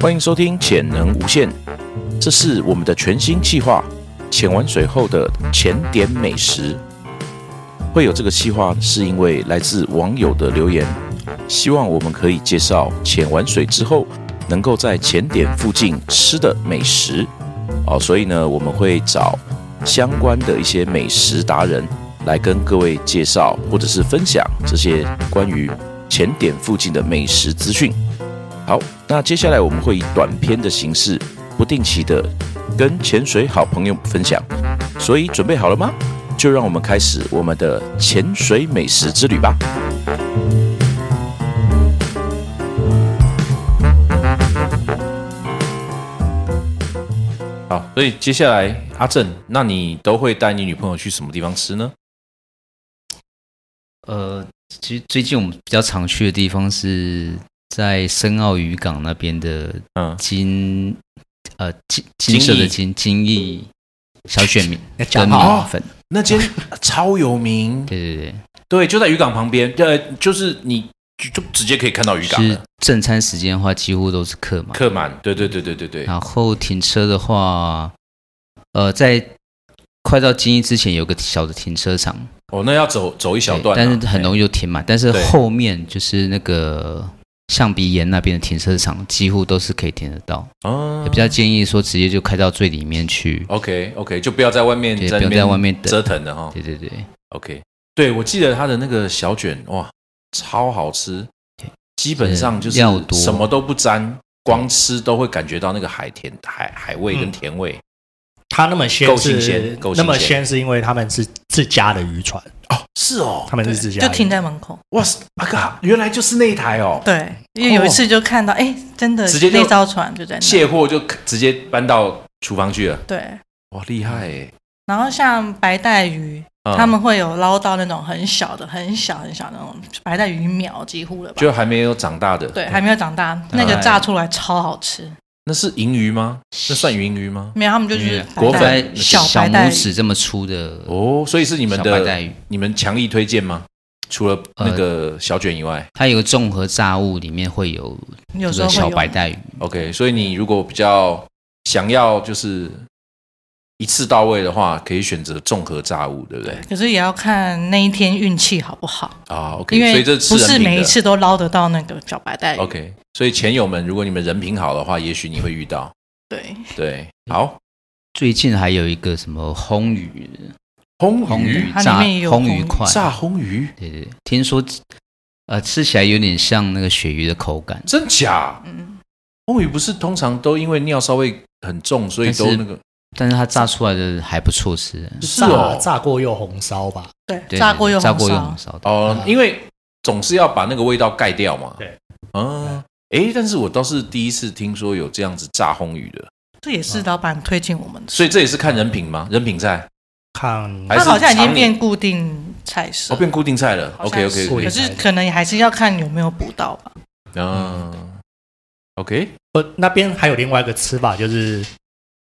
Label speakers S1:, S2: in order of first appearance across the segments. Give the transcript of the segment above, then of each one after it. S1: 欢迎收听《潜能无限》，这是我们的全新计划。潜完水后的潜点美食，会有这个计划，是因为来自网友的留言，希望我们可以介绍潜完水之后能够在潜点附近吃的美食。哦，所以呢，我们会找相关的一些美食达人来跟各位介绍或者是分享这些关于潜点附近的美食资讯。好，那接下来我们会以短片的形式，不定期的跟潜水好朋友分享。所以准备好了吗？就让我们开始我们的潜水美食之旅吧。好，所以接下来阿正，那你都会带你女朋友去什么地方吃呢？
S2: 呃，其实最近我们比较常去的地方是在深澳渔港那边的
S1: 嗯，
S2: 金呃金
S1: 金
S2: 金色的
S1: 翼
S2: 金金翼小卷米
S3: 要
S2: 跟
S3: 讲哦
S2: 米
S3: 好，
S1: 好
S2: 粉，
S1: 那间 超有名，
S2: 对对
S1: 对，就在渔港旁边，呃，就是你就就直接可以看到渔
S2: 对，
S1: 港
S2: 是
S1: 了，
S2: 正餐时间的话几乎都是客满，
S1: 客满，对对对对对对，
S2: 然后停车的话，呃，在快到金翼之前有个小的停车场，
S1: 哦，那要走走一小
S2: 对
S1: 段啊、
S2: 但是很容易就停满，但是
S1: 对
S2: 后面就是那个象鼻岩那边的停车场几乎都是可以停得到。
S1: 易哦
S2: 也比较建议说直接就开到最里面去。
S1: OK OK，就不要在外面
S2: 对
S1: 在那
S2: 不要在外面等
S1: 折腾了哈。
S2: 对对对，
S1: OK，对我记得他的那个小卷哇，超好吃，基本上就是
S2: 料多
S1: 什么都不沾，光吃都会感觉到那个海甜海海味
S2: 嗯
S1: 跟甜味。
S3: 它那么鲜
S1: 够新
S3: 是
S1: 鲜够新
S3: 那么
S1: 鲜
S3: 鲜是因为他们是自家的渔船，
S1: 哦，是哦，
S3: 他们是自家
S4: 就
S3: 的
S4: 停在门口。
S1: 哇塞，阿嘎，原来就是那一台哦。
S4: 对，因为有一次就看到，哎、真的
S1: 直接就
S4: 那艘船就在那。
S1: 卸货就直接搬到厨房去了，
S4: 对，
S1: 哇，厉害哎！
S4: 然后像白带鱼，
S1: 嗯
S4: 他们会有捞到那种很小的、很小很小的那种白带鱼苗，几乎了吧？
S1: 就还没有长大的，嗯
S4: 对，还没有长大，那个炸出来超好吃。
S1: 那是银鱼吗？那算银鱼吗？
S4: 没有，他们就是白带
S1: 国
S2: 大
S1: 粉
S2: 概
S4: 小
S2: 小
S4: 白带
S2: 拇
S4: 鱼
S2: 指这么粗的
S1: 哦，所以是你们
S2: 小白带
S1: 的
S2: 鱼，
S1: 你们强力推荐吗？除了那个小卷以外、
S2: 它有个综合炸物，里面会有
S4: 有
S2: 这
S4: 时
S2: 个
S4: 候
S2: 小
S4: 会有
S2: 白带鱼。
S1: o k 所以你如果比较想要就是一次到位的话，可以选择综合炸物，对不对？
S4: 可是也要看那一天运气好不好，
S1: 啊，OK，
S4: 因
S1: 所
S4: 为
S1: 以这吃
S4: 不
S1: 人
S4: 是
S1: 品
S4: 每
S1: 的
S4: 一次都捞得到那个小白带鱼。
S1: OK，所以前友们，如果你们人品好的话，也许你会遇到。
S4: 对，
S1: 对，好，
S2: 最近还有一个什么烘鱼，
S1: 烘
S2: 烘
S1: 鱼
S2: 鱼
S4: 它里
S2: 炸
S4: 面也有
S2: 烘
S4: 烘
S2: 鱼
S4: 鱼
S2: 块，
S1: 炸烘鱼，
S2: 对对，对听说呃吃起来有点像那个鳕鱼的口感，
S1: 真假？
S4: 嗯，
S1: 烘鱼不是通常都因为尿骚味很重，所以都
S2: 但是
S1: 那个
S2: 但是它炸出来的还不错吃。
S1: 是
S3: 炸
S1: 哦
S3: 炸过又红烧吧？
S4: 对，
S2: 对
S4: 炸
S2: 对
S4: 过又
S2: 炸
S4: 红
S2: 过又
S4: 烧
S2: 红，烧的，
S1: 哦，因为总是要把那个味道盖掉嘛。
S3: 啊对，
S1: 嗯，诶，但是我倒是第一次听说有这样子炸烘鱼的，
S4: 这也是老板推荐我们的。
S1: 嗯所以这也是看人品吗？人品在，
S3: 看
S1: 还
S4: 它
S1: 是
S4: 好像已
S1: 常年
S4: 经变固定菜色，
S1: 哦，变固定菜了。
S4: 好像
S1: OK
S4: 是
S1: OK
S3: 固定
S4: 可
S1: OK，
S4: 是可能还是要看有没有补到吧。
S1: 嗯，OK，
S3: 呃，那边还有另外一个吃法，就是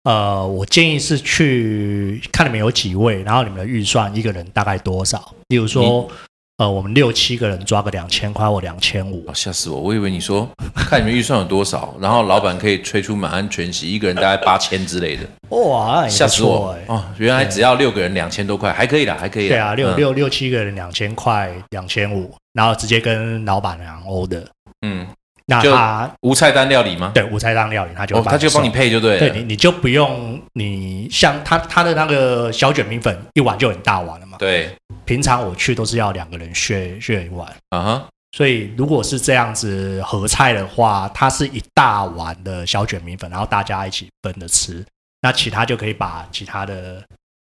S3: 呃，我建议是去看你们有几位，然后你们的预算一个人大概多少。例如
S1: 嗯
S3: 说，呃，我们六七个人抓个两千块或两千五
S1: 哦，，吓死我，我以为你说看你们预算有多少，然后老板可以吹出满汉全席，一个人大概八千之类的，
S3: 哇，也
S1: 吓
S3: 不
S1: 死我
S3: 错 哎。
S1: 哦，原来只要六个人两千多块，还可以啦，还可以啦。
S3: 对啊，六
S1: 嗯，
S3: 六六七个人两千块，两千五，然后直接跟老板娘 order。
S1: 嗯，
S3: 那
S1: 就
S3: 他
S1: 无菜单料理吗？
S3: 对五菜当料理，他就
S1: 哦，他就帮你
S3: 送
S1: 配就对了。
S3: 对你，你就不用你像他他的那个小卷米粉一碗就很大碗了嘛。
S1: 对，
S3: 平常我去都是要两个人 share share 一碗，
S1: 啊哈，
S3: 所以如果是这样子合菜的话，它是一大碗的小卷米粉，然后大家一起分着吃。那其他就可以把其他的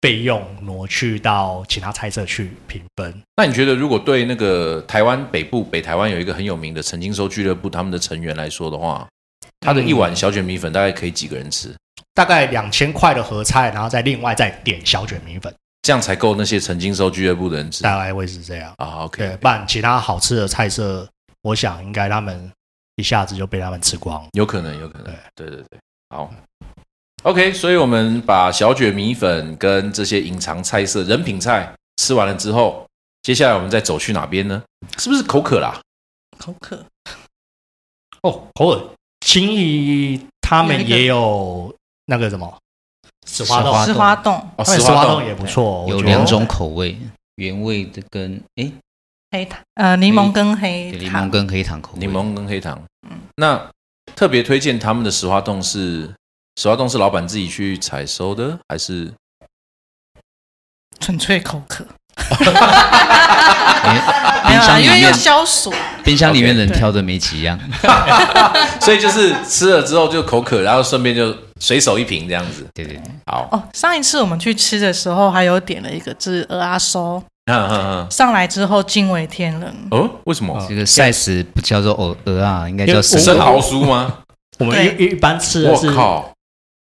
S3: 费用挪去到其他菜色去平分。
S1: 那你觉得，如果对那个台湾北部北台湾有一个很有名的陈金收俱乐部他们的成员来说的话，他的一碗小卷米粉大概可以几个人吃？
S3: 大概两千块的合菜，然后再另外再点小卷米粉，
S1: 这样才够那些陈金收俱乐部的人吃啊啊
S3: 大概会是这样。对，
S1: ？OK，
S3: 不然其他好吃的菜色，我想应该他们一下子就被他们吃光了。
S1: 有可能，有可能，对对对，好。OK，所以我们把小卷米粉跟这些隐藏菜色、人品菜吃完了之后，接下来我们再走去哪边呢？是不是口渴啦？
S4: 口渴，
S3: 哦，口耳轻易他
S4: 有一
S3: 们
S4: 个
S3: 也有那个什么紫花
S2: 石
S3: 豆
S2: 花，
S4: 吃
S2: 冻
S4: 花冻、
S1: 哦，
S3: 他们
S1: 丝
S3: 紫
S1: 花
S3: 花
S1: 冻
S3: 冻也不错，
S2: 有
S3: 我觉得
S2: 两种口味，原味的跟哎
S4: 黑糖、呃柠檬跟黑
S2: 对
S4: 糖，
S2: 柠檬跟黑糖口味，
S1: 柠檬跟黑糖。那特别推荐他们的石花冻是石花冻是老板自己去采收的，还是
S4: 纯粹口渴，
S2: 哎
S4: 没有
S2: 冰
S4: 啦，
S2: 箱
S4: 因
S2: 里
S4: 为
S2: 面
S4: 要消暑，
S2: 冰箱里面
S1: OK，
S2: 能
S4: 对
S2: 挑的没几样，
S1: 所以就是吃了之后就口渴，然后顺便就随手一瓶这样子。
S2: 对对对，
S1: 好，
S4: 哦，上一次我们去吃的时候，还有点了一个就是鹅阿收，
S1: 嗯
S3: 哦
S1: 嗯嗯。
S4: 上来之后惊为天人。
S1: 哦，为什么？
S2: 这个 size 不叫做藕鹅啊，应该
S3: 因
S2: 叫
S3: 为
S2: 生
S1: 生
S2: 蚝
S1: 蚝酥吗？
S3: 我们一一一般吃的
S1: 我
S3: 是
S1: 靠！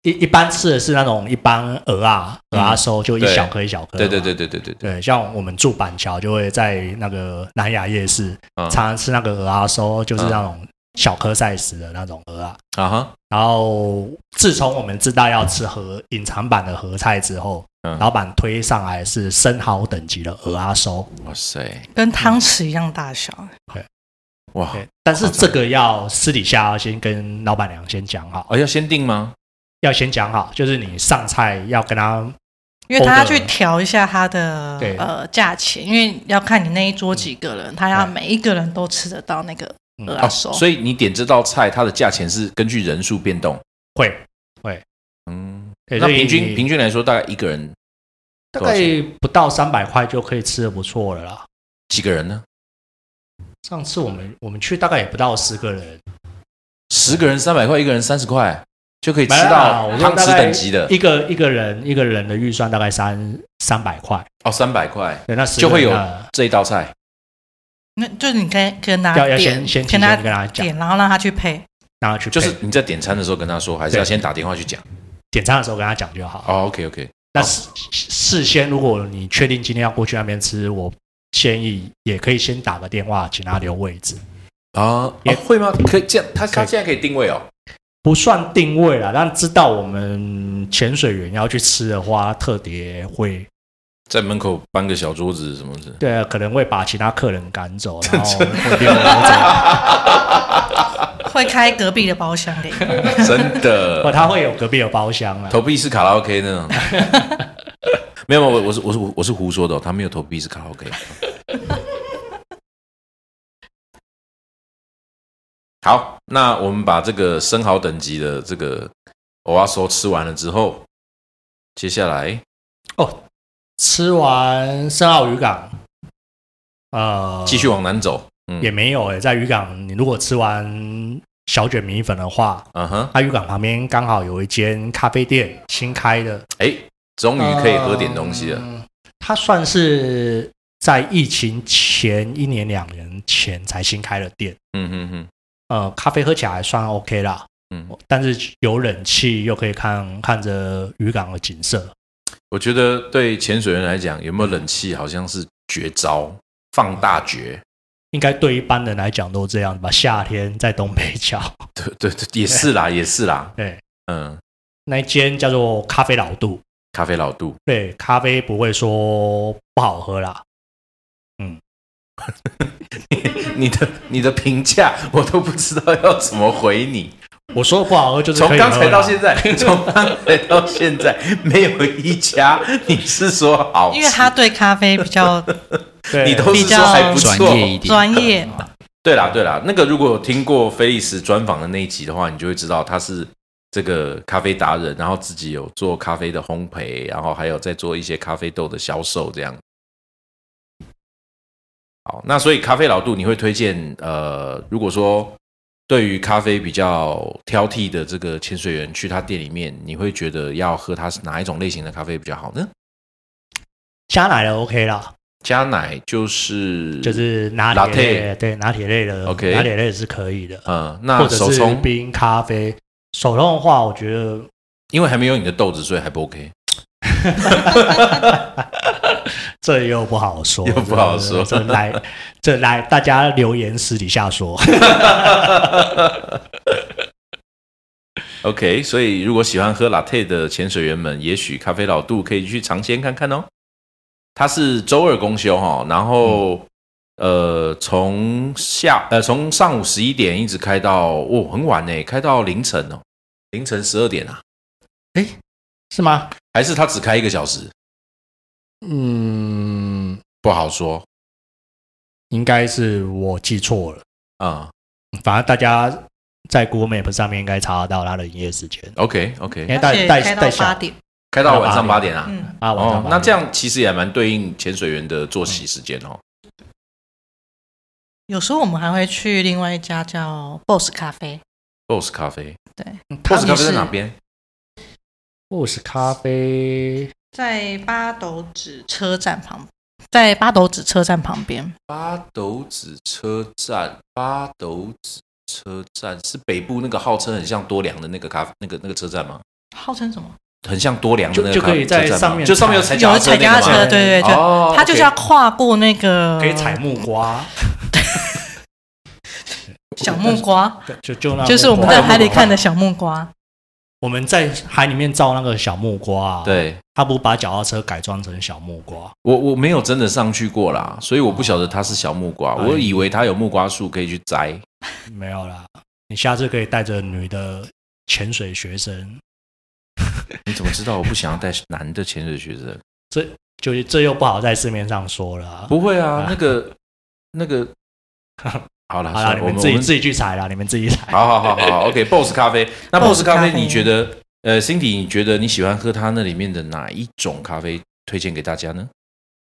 S3: 一一般吃的是那种一般鹅啊鹅啊
S1: 嗯
S3: 收，就一
S1: 对
S3: 小颗一小颗嘛。
S1: 对对对对对对对，
S3: 对，像我们住板桥就会在那个南雅夜市
S1: 嗯
S3: 常常吃那个鹅啊收，就是
S1: 嗯
S3: 那种小颗 size 的那种鹅啊。
S1: 啊哈，
S3: 然后自从我们知道要吃和隐藏版的和菜之后，
S1: 嗯
S3: 老板推上来是生蚝等级的鹅阿收，
S1: 哇塞，
S4: 跟汤匙一样大小，
S1: 哇！
S3: 对，但是这个要私底下要先跟老板娘先讲好，
S1: 哦，要先定吗？
S3: 要先讲好，就是你上菜要跟他
S4: 因为他要去
S3: Order
S4: 调一下他的
S3: 对
S4: 呃价钱，因为要看你那一桌几个人，他要
S3: 对
S4: 每一个人都吃得到那个
S3: 嗯
S4: 鹅
S1: 哦，
S4: 啊手。
S1: 所以你点这道菜，它的价钱是根据人数变动。
S3: 会，
S1: 嗯，
S3: 对
S1: 那
S3: 所以
S1: 平均
S3: 你
S1: 平均来说，大概一个人
S3: 大
S1: 多少
S3: 概
S1: 钱
S3: 不到三百块就可以吃的不错了啦。
S1: 几个人呢？
S3: 上次我们我们去大概也不到十个人，
S1: 十个人三百块，一个人三十块，就可以吃
S3: 没有啦
S1: 到
S3: 我说
S1: 汤
S3: 大
S1: 匙
S3: 概
S1: 等级的
S3: 一个一个人一个人的预算大概三三百块，
S1: 哦，三百块
S3: 对，那10
S1: 就会有
S3: 个人啊
S1: 这一道菜。
S4: 那就是你跟跟他
S3: 要要
S4: 点，
S3: 先先提
S4: 跟
S3: 前
S4: 他
S3: 跟他讲，
S4: 点，然后让他去配。
S3: 然后去
S1: 就是
S3: 配
S1: 你在点餐的时候跟他说，还是
S3: 对
S1: 要先打电话去讲。
S3: 点餐的时候跟他讲就好。
S1: 哦，OK OK，
S3: 那事事先，如果你确定今天要过去那边吃，我建议也可以先打个电话，请他留位置，
S1: 啊，
S3: 也
S1: 哦会吗？可以这样，他
S3: 可
S1: 他
S3: 以
S1: 现在可以定位哦。
S3: 不算定位啦，但知道我们潜水员要去吃的话，特别会
S1: 在门口搬个小桌子什么的，
S3: 对，可能会把其他客人赶走，然后会溜走，
S4: 会开隔壁的包厢 给你，
S3: 哦
S1: 真的，
S3: 或 他会有隔壁有包厢啦。
S1: 投币式卡拉 OK 那种。 没有，没有我我是我是我是胡说的哦、他没有投币式卡拉 OK。好，那我们把这个生蚝等级的这个欧阿说吃完了之后，接下来
S3: 吃完深澳渔港，呃，
S1: 继续往南走。嗯
S3: 也没有诶、在渔港，你如果吃完小卷米粉的话，
S1: 嗯哼，
S3: 它渔港旁边刚好有一间咖啡店，新开的，
S1: 哎、终于可以喝点东西了。
S3: 嗯它算是在疫情前一年两年前才新开的店，
S1: 嗯哼哼，
S3: 呃，咖啡喝起来还算 OK 啦，
S1: 嗯，
S3: 但是有冷气又可以看看着渔港的景色，
S1: 我觉得对潜水员来讲，有没有冷气好像是绝招，放大绝。
S3: 应该对一般人来讲都这样吧。夏天在东北 角，
S1: 对对对，也是啦，也是啦。
S3: 对，
S1: 嗯，
S3: 那一间叫做咖啡老杜，
S1: 咖啡老杜，
S3: 对，咖啡不会说不好喝啦，
S1: 你的你的评价我都不知道要怎么回你。
S3: 我说的不好喝就是
S1: 从
S3: 可以
S1: 刚
S3: 喝
S1: 才到
S3: 啦
S1: 现在， 从刚才到现在，没有一家你是说好吃，
S4: 因为他对咖啡比较
S3: 对
S1: 你都是
S4: 比
S1: 说
S4: 较
S1: 还不
S2: 专
S1: 错。
S2: 业一点，
S4: 专业，
S1: 对啦对啦，那个如果有听过菲利斯专访的那一集的话，你就会知道他是这个咖啡达人，然后自己有做咖啡的烘焙，然后还有在做一些咖啡豆的销售这样。好，那所以咖啡老杜你会推荐呃，如果说对于咖啡比较挑剔的这个潜水员去他店里面，你会觉得要喝他是哪一种类型的咖啡比较好呢？
S3: 加奶的 OK 啦，
S1: 加奶就是
S3: 就是拿铁
S1: Latte
S3: 类，对拿铁类的
S1: OK
S3: 拿铁类是可以的，
S1: 呃，那
S3: 或者
S1: 手
S3: 是
S1: 冲，
S3: 冰咖啡。手冲的话，我觉得
S1: 因为还没有你的豆子，所以还不 OK。
S3: 这又不好说，
S1: 又不好说
S3: 这这来这来，大家留言私底下说。
S1: OK，所以如果喜欢喝 latte 的潜水员们，也许咖啡老杜可以去尝鲜看看哦。它是周二公休哈、然后呃，从下呃从上午十一点一直开到哦很晚呢，开到凌晨哦，凌晨十二点啊，
S3: 是吗？
S1: 还是他只开一个小时？
S3: 嗯，
S1: 不好说
S3: 应该是我记错了。
S1: 啊、
S3: 反正大家在 Google Map 上面应该查得到它的营业时间，
S1: OK OK，
S3: 因为
S4: 而
S3: 带
S4: 且
S3: 带
S4: 开到
S3: 带
S4: 八
S3: 小
S4: 点，
S1: 开到晚上八点啊。
S4: 嗯，
S3: 啊，晚上
S1: 哦
S3: 八，
S1: 那
S3: 点
S1: 这样其实也蛮对应潜水员的作息时间哦。
S4: 有时候我们还会去另外一家叫 Boss 咖啡，
S1: Boss 咖啡
S3: 它
S1: ，Boss
S4: 也
S1: 咖啡在
S4: 是
S1: 哪边？
S3: Boss 咖啡
S4: 在八斗子车站旁，在八斗子车站旁边，
S1: 八斗子车站，八斗子车站是北部那个号称很像多良的那个咖啡那个那个车站吗？
S4: 号称什么？
S1: 很像多良的那个
S3: 就
S1: 咖啡
S3: 就可以在
S1: 车站吗
S3: 上面
S1: 就上面有踩脚踏车
S4: 有踩脚踏
S1: 那个吗
S4: 车，对对对，
S1: 哦
S4: 它就是要跨过那个
S3: 可以采木瓜，
S4: 小木瓜，
S3: 对 就就那木瓜，
S4: 就是我们在海里看的小木瓜，
S3: 我们在海里面照那个小木瓜、啊，，
S1: 对。
S3: 他不把脚踏车改装成小木瓜，
S1: 我我没有真的上去过啦，所以我不晓得它是小木瓜，
S3: 哎
S1: 我以为它有木瓜树可以去摘。
S3: 没有啦。你下次可以带着女的潜水学生，
S1: 你怎么知道我不想要带男的潜水学生？
S3: 就是这又不好在市面上说了啊。
S1: 不会啊，那个那个，好了，
S3: 好
S1: 算了
S3: 啦，你
S1: 我
S3: 们
S1: 们
S3: 自
S1: 我
S3: 己
S1: 们
S3: 自己去采啦，你们自己 采。
S1: 好好好好 好，OK，Boss、咖啡。那
S4: Boss
S1: Boss 咖啡，
S4: 咖啡
S1: 你觉得呃，Cindy，你觉得你喜欢喝它那里面的哪一种咖啡？推荐给大家呢？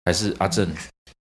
S1: 还是阿正？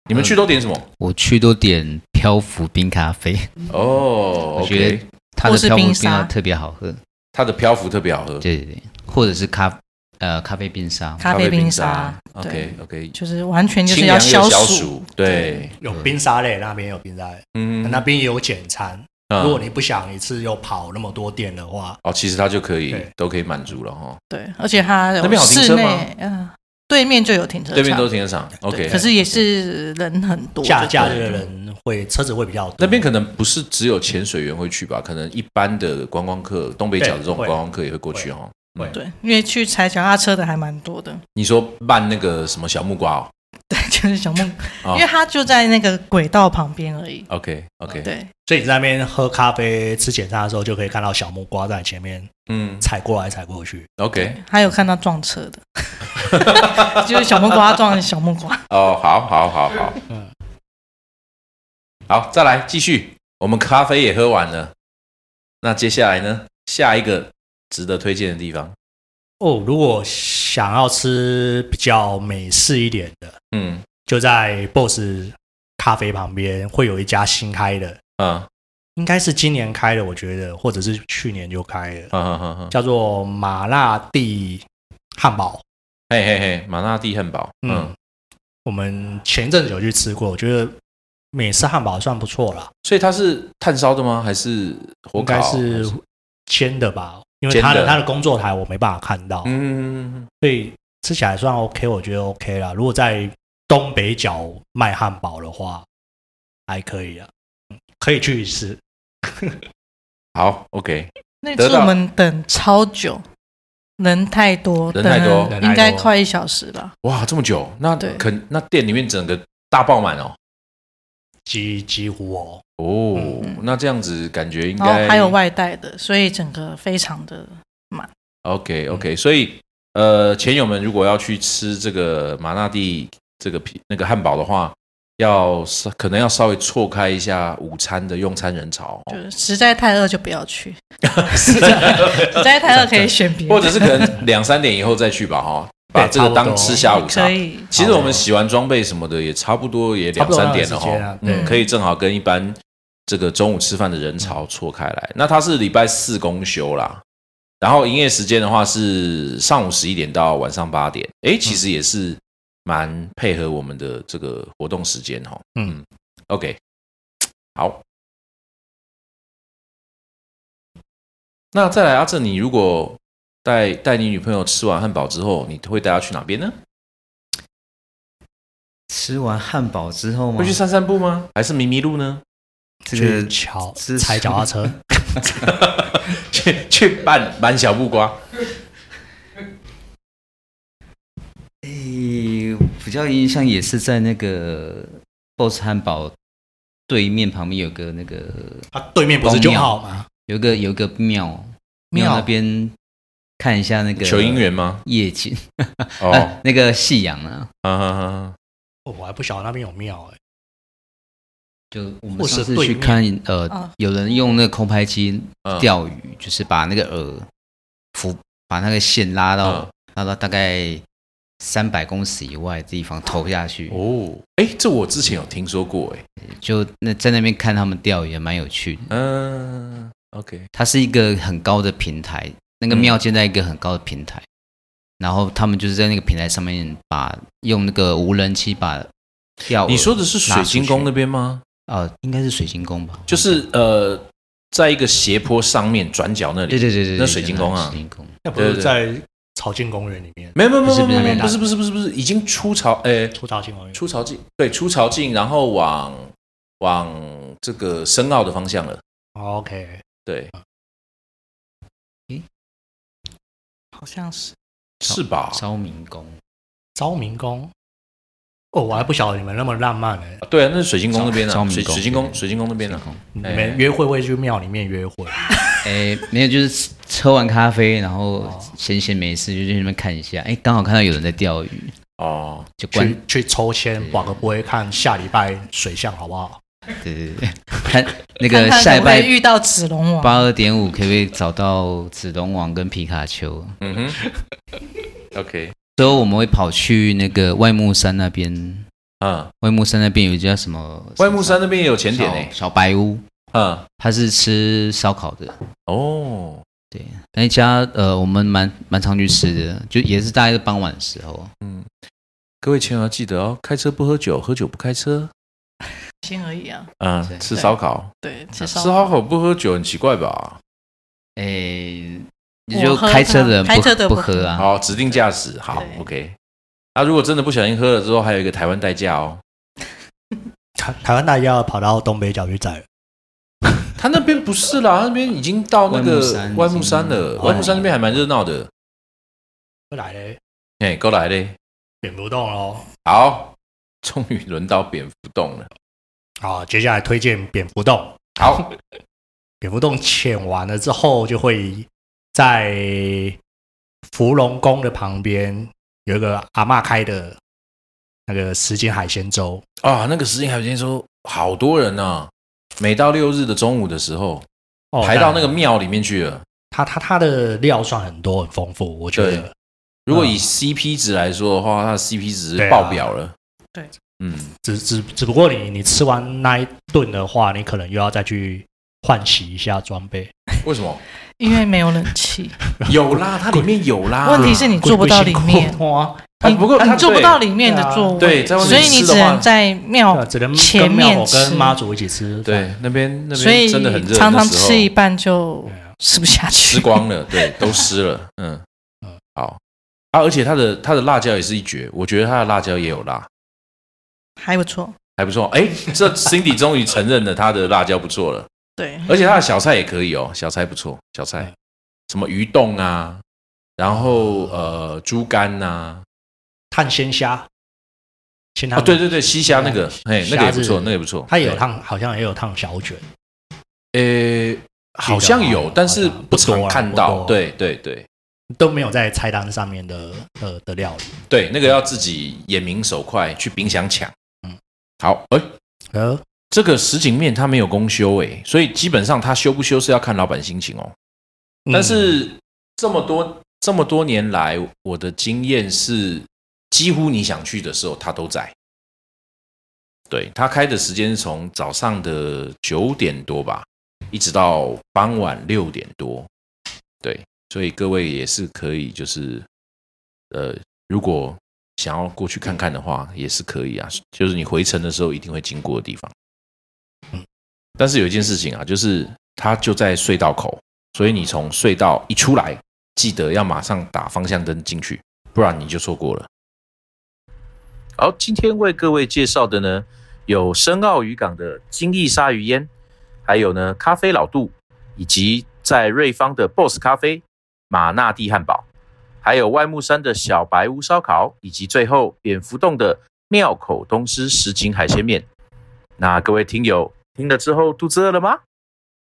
S1: 你们去都点什么？
S2: 我去都点漂浮冰 咖啡，
S4: 嗯
S1: 哦
S2: 我觉得
S1: ，OK，
S2: 它的
S4: 或是
S2: 漂浮
S4: 冰
S2: 冰
S4: 沙
S2: 沙特别好喝。
S1: 它的漂浮特别好喝，
S2: 对对对，或者是咖呃咖啡冰沙，
S4: 咖啡冰沙，对，
S1: OK OK，
S4: 就是完全就
S1: 清
S4: 是
S1: 凉
S4: 要
S1: 又消
S4: 暑，
S1: 暑，对，
S3: 有冰沙类，那边有冰沙类，
S1: 嗯
S3: 那边也有简餐。
S1: 嗯
S3: 如果你不想一次又跑那么多店的话，
S1: 哦，其实它就可以
S3: 对
S1: 都可以满足了哈，
S4: 对，而且它
S1: 那边
S4: 有
S1: 有停
S4: 室
S1: 车吗
S4: 内，嗯，对面就有停车场，
S1: 对面都停车场，OK
S4: 对。可是也是人很多，
S3: 假
S4: 就
S3: 假
S4: 对
S3: 日的人会车子会比较多。
S1: 那边可能不是只有潜水员会去吧，可能一般的观光客，东北角的这种
S3: 对会
S1: 观光客也会过去哦。
S3: 会
S4: 对，因为去踩脚踏车的还蛮多的，
S1: 你说办那个什么小木瓜哦
S4: 对，就是小梦，
S1: 哦
S4: 因为它就在那个轨道旁边而已。
S1: ？OK OK，
S4: 哦对，
S3: 所以你在那边喝咖啡、吃简餐的时候，就可以看到小木瓜在你前面
S1: 嗯
S3: 踩过来、踩过去。
S1: ，OK，
S4: 还有看到撞车的， 就是小木瓜撞小 木瓜。
S1: 哦，好好好好，
S3: 嗯
S1: 好，再来继续，我们咖啡也喝完了，那接下来呢，下一个值得推荐的地方，
S3: 哦，如果想要吃比较美式一点的，
S1: 嗯
S3: 就在 BOSS 咖啡旁边会有一家新开的，
S1: 嗯
S3: 应该是今年开的，我觉得，或者是去年就开了，
S1: 嗯嗯嗯嗯，
S3: 叫做麻辣地汉堡。
S1: 嘿嘿嘿，马纳蒂汉堡，嗯
S3: 嗯，我们前一阵子有去吃过，我觉得美式汉堡算不错啦，
S1: 所以它是炭烧的吗？还是火烤？
S3: 应该是煎的吧，因为他
S1: 煎的
S3: 的他的工作台我没办法看到，
S1: 嗯，
S3: 所以吃起来算 OK，我觉得 OK 啦。如果在东北角卖汉堡的话，还可以啊，可以去吃。
S1: 好，OK，
S4: 那
S1: 得
S4: 次
S1: 到
S4: 我们等超久，人太多，
S1: 人太多
S4: 等了
S3: 人
S4: 应
S3: 太
S4: 该
S3: 多
S4: 快一小时吧。
S1: 哇，这么久，那
S4: 对
S1: 肯那店里面整个大爆满哦。
S3: 几几乎哦，
S1: 哦，
S4: 嗯
S1: 那这样子感觉应
S4: 然后
S1: 该
S4: 还有外带的，所以整个非常的
S1: OK OK，所以呃，钱友们如果要去吃这个马纳蒂这个皮那个汉堡的话，要稍可能要稍微错开一下午餐的用餐人潮哦，
S4: 就是实在太饿就不要去，实在太饿可以选别的，
S1: 或者是可能两三点以后再去吧， 哈，把
S3: 对
S1: 这个
S3: 差不
S1: 当
S3: 多
S1: 吃下午茶
S4: 可。以。
S1: 其实我们洗完装备什么的也差不多，也两三点了
S3: 差不
S1: 哈
S3: 多那个时间啊，
S1: 嗯，
S4: 对
S1: 可以正好跟一般这个中午吃饭的人潮错开来。
S3: 嗯
S1: 那它是礼拜四公休啦，然后营业时间的话是上午十一点到晚上八点，诶，其实也是蛮配合我们的这个活动时间哦哈。
S3: 嗯
S1: OK，好。那再来阿正，你如果带带你女朋友吃完汉堡之后，你会带她去哪边呢？
S2: 吃完汉堡之后吗
S1: 会去？散散步吗？还是迷迷路 呢？
S2: 这
S3: 去
S2: 个
S3: 桥
S2: 吃
S3: 踩脚踏车，
S1: 去去扮扮小木瓜，
S2: 哎诶，比较印象也是在那个 BOSS 汉堡对面旁边有个那个
S3: 它啊对面不是就好吗？
S2: 有个有个庙，庙那边看一下那个
S1: 求姻缘吗？
S2: 夜景，
S1: 哦，
S2: 啊，那个夕阳啊，
S1: 哈哈哈，
S3: 哦我还不晓得那边有庙哎、
S2: 就我们
S3: 或是
S2: 上次
S3: 对
S2: 去
S3: 面
S2: 看，呃
S4: 啊，
S2: 有人用那个空拍机
S1: 嗯
S2: 钓鱼，就是把那个饵浮，把那个线拉到
S1: 嗯
S2: 拉到大概三百公尺以外的地方投下去，
S1: 哦，哎，这我之前有听说过，哎，
S2: 就那在那边看他们钓鱼也蛮有趣的。
S1: 嗯，OK，
S2: 它是一个很高的平台，那个
S1: 嗯
S2: 庙建在一个很高的平台，然后他们就是在那个平台上面把用那个无人机把钓饵
S1: 你说的是水晶宫那
S2: 拉出去
S1: 边吗？
S2: 呃，应该是水晶宫吧？
S1: 就是呃，在一个斜坡上面转角那里，
S2: 对对对对，
S1: 那
S2: 对
S1: 水晶宫啊
S2: 水晶宫
S3: 那不是在草径公园里面
S1: 没有没有没有
S2: 不是
S1: 没有，不
S2: 不
S1: 是
S2: 是
S1: 不是不是不是，已经出朝诶，
S3: 出草径公园？
S1: 出朝境对出朝境，然后往往这个深澳的方向了。
S3: 哦 OK，
S1: 对，
S4: 好像是
S1: 是吧？
S2: 昭明宫，
S3: 昭明宫。哦，我还不晓得你们那么浪漫哎、
S1: 啊对啊，那是水晶宫那边
S2: 昭
S1: 啊，
S2: 明
S1: 水
S2: 宫
S1: 水晶宫水晶宫那边啊。
S3: 你
S1: 哎
S3: 们约会会去庙里面约会？
S2: 哎，没有，就是吃喝完咖啡，然后
S3: 哦
S2: 闲闲没事就去那边看一下，哎，刚好看到有人在钓鱼，
S1: 哦，
S2: 就关
S3: 去去抽签，宝哥不会看下礼拜水象好不好？
S2: 对对对， 看那个
S4: 看看
S2: 下
S4: 会
S2: 一
S4: 不
S2: 拜
S4: 会遇到子龙王，
S2: 八二点五可不可以找到子龙王跟皮卡丘？
S1: 嗯 哼，OK，
S2: 之后我们会跑去那个外木山那边，
S1: 嗯，
S2: 外木山那边有一家什么
S1: 外木山那边也有甜点欸
S2: 小
S1: 诶，
S2: 小白屋，
S1: 嗯，
S2: 它是吃烧烤的。
S1: 哦，
S2: 那一家呃，我们蛮蛮常去吃的，就也是大概是傍晚的时候。
S1: 嗯各位千万要记得哦，开车不喝酒，喝酒不开车。
S4: 心而已啊。
S1: 嗯，
S2: 对
S1: 吃烧烤，
S4: 对，
S1: 吃
S4: 至少
S1: 烧烤不喝酒很奇怪吧？
S2: 诶，哎你
S4: 我
S2: 就
S4: 喝啊
S2: 开车的人
S4: 开车的
S2: 不
S4: 不喝
S2: 喝啊，
S1: 好，指定驾驶，好
S4: 对
S1: ，OK。那如果真的不小心喝了之后，还有一个台湾代驾哦，
S3: 台台湾大家要跑到东北角去载了，
S1: 他那边不是啦，那边已经到那
S2: 外木
S1: 个
S2: 山已经
S1: 外木山了，
S2: 哦
S1: 外木山那边还蛮热闹的。
S3: 不来嘞，
S1: 哎，过来嘞，
S3: 扁不动喽。
S1: 好，终于轮到蝙蝠洞了。
S3: 好，啊接下来推荐蝙蝠洞。
S1: 好，
S3: 蝙蝠洞潜完了之后，就会在芙蓉宫的旁边有一个阿嬷开的那个十斤海鲜粥，
S1: 啊，那个石井海鲜说，好多人啊，每到六日的中午的时候，
S3: 哦
S1: 排到那个庙里面去了。
S3: 它它它的料算很多，很丰富，我觉
S1: 对
S3: 得。
S1: 如
S2: 嗯
S1: 果以 CP 值来说的话，它的 CP 值
S3: 对啊
S1: 爆表了。
S4: 对，
S1: 嗯，
S3: 只只只不过你你吃完那一顿的话，你可能又要再去换洗一下装备。
S1: 为什么？
S4: 因为没有冷气，
S1: 有啦，它里面有啦。
S4: 问题是你做不到里面
S3: 贵，哇，
S1: 啊
S4: 你
S1: 不过它
S4: 你做不到
S1: 对
S4: 里面的座位，
S1: 对在外面
S4: 所以你
S1: 吃的
S4: 只
S1: 话
S4: 能在
S3: 对啊
S4: 庙，
S3: 只能
S4: 哦前
S3: 跟
S4: 面
S3: 庙我跟
S4: 吃
S3: 妈祖一起吃。，
S1: 对，那边那
S4: 所
S1: 边
S4: 以
S1: 真的很热，
S4: 常常
S1: 那时候
S4: 吃一半就
S3: 对啊
S4: 吃不下去，
S1: 吃光了，对，都湿了，嗯
S3: 嗯，
S1: 好啊，而且它的它的辣椒也是一绝，我觉得它的辣椒也有辣，
S4: 还不错。
S1: 还不错。哎，这 Cindy 终于承认了它的辣椒不错了，
S4: 对，
S1: 而且它的小菜也可以哦，小菜不错，小菜
S3: 嗯
S1: 什么鱼冻啊，然后呃猪肝呐、
S3: 烫鲜虾，清
S1: 啊，
S3: 汤。
S1: 对对对，西虾那个，哎，那个也不错，那个也不错，
S3: 它也有
S1: 对，
S3: 烫，好像也有烫小卷。
S1: 呃，好像有，但是不常看
S3: 不多
S1: 到，
S3: 啊
S1: 对对对
S3: 都没有在菜单上面的的的料理。
S1: 对，那个要自己眼明手快去冰箱抢
S3: 嗯。
S1: 好，哎，
S3: 呃，
S1: 这个实景面它没有公休诶，所以基本上它修不修是要看老板心情哦。
S3: 嗯
S1: 但是这么多这么多年来，我的经验是，几乎你想去的时候，它都在。对，它开的时间是从早上的九点多吧，一直到傍晚六点多。对，所以各位也是可以，就是呃，如果想要过去看看的话，也是可以啊。就是你回程的时候一定会经过的地方。但是有一件事情啊，就是它就在隧道口，所以你从隧道一出来，记得要马上打方向灯进去，不然你就错过了。好，今天为各位介绍的呢，有深澳渔港的金翼鲨鱼烟，还有呢咖啡老杜，以及在瑞芳的 BOSS 咖啡、马纳蒂汉堡，还有外木山的小白屋烧烤，以及最后蝙蝠洞的庙口东施什锦海鲜面。那各位听友听了之后，肚子饿了吗？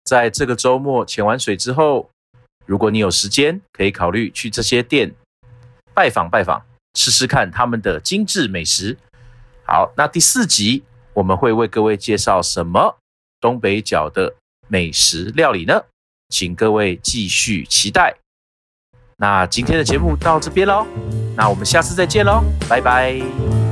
S1: 在这个周末潜完水之后，如果你有时间，可以考虑去这些店拜访拜访，吃吃看他们的精致美食。好，那第四集我们会为各位介绍什么东北角的美食料理呢？请各位继续期待。那今天的节目到这边喽，那我们下次再见喽，拜拜。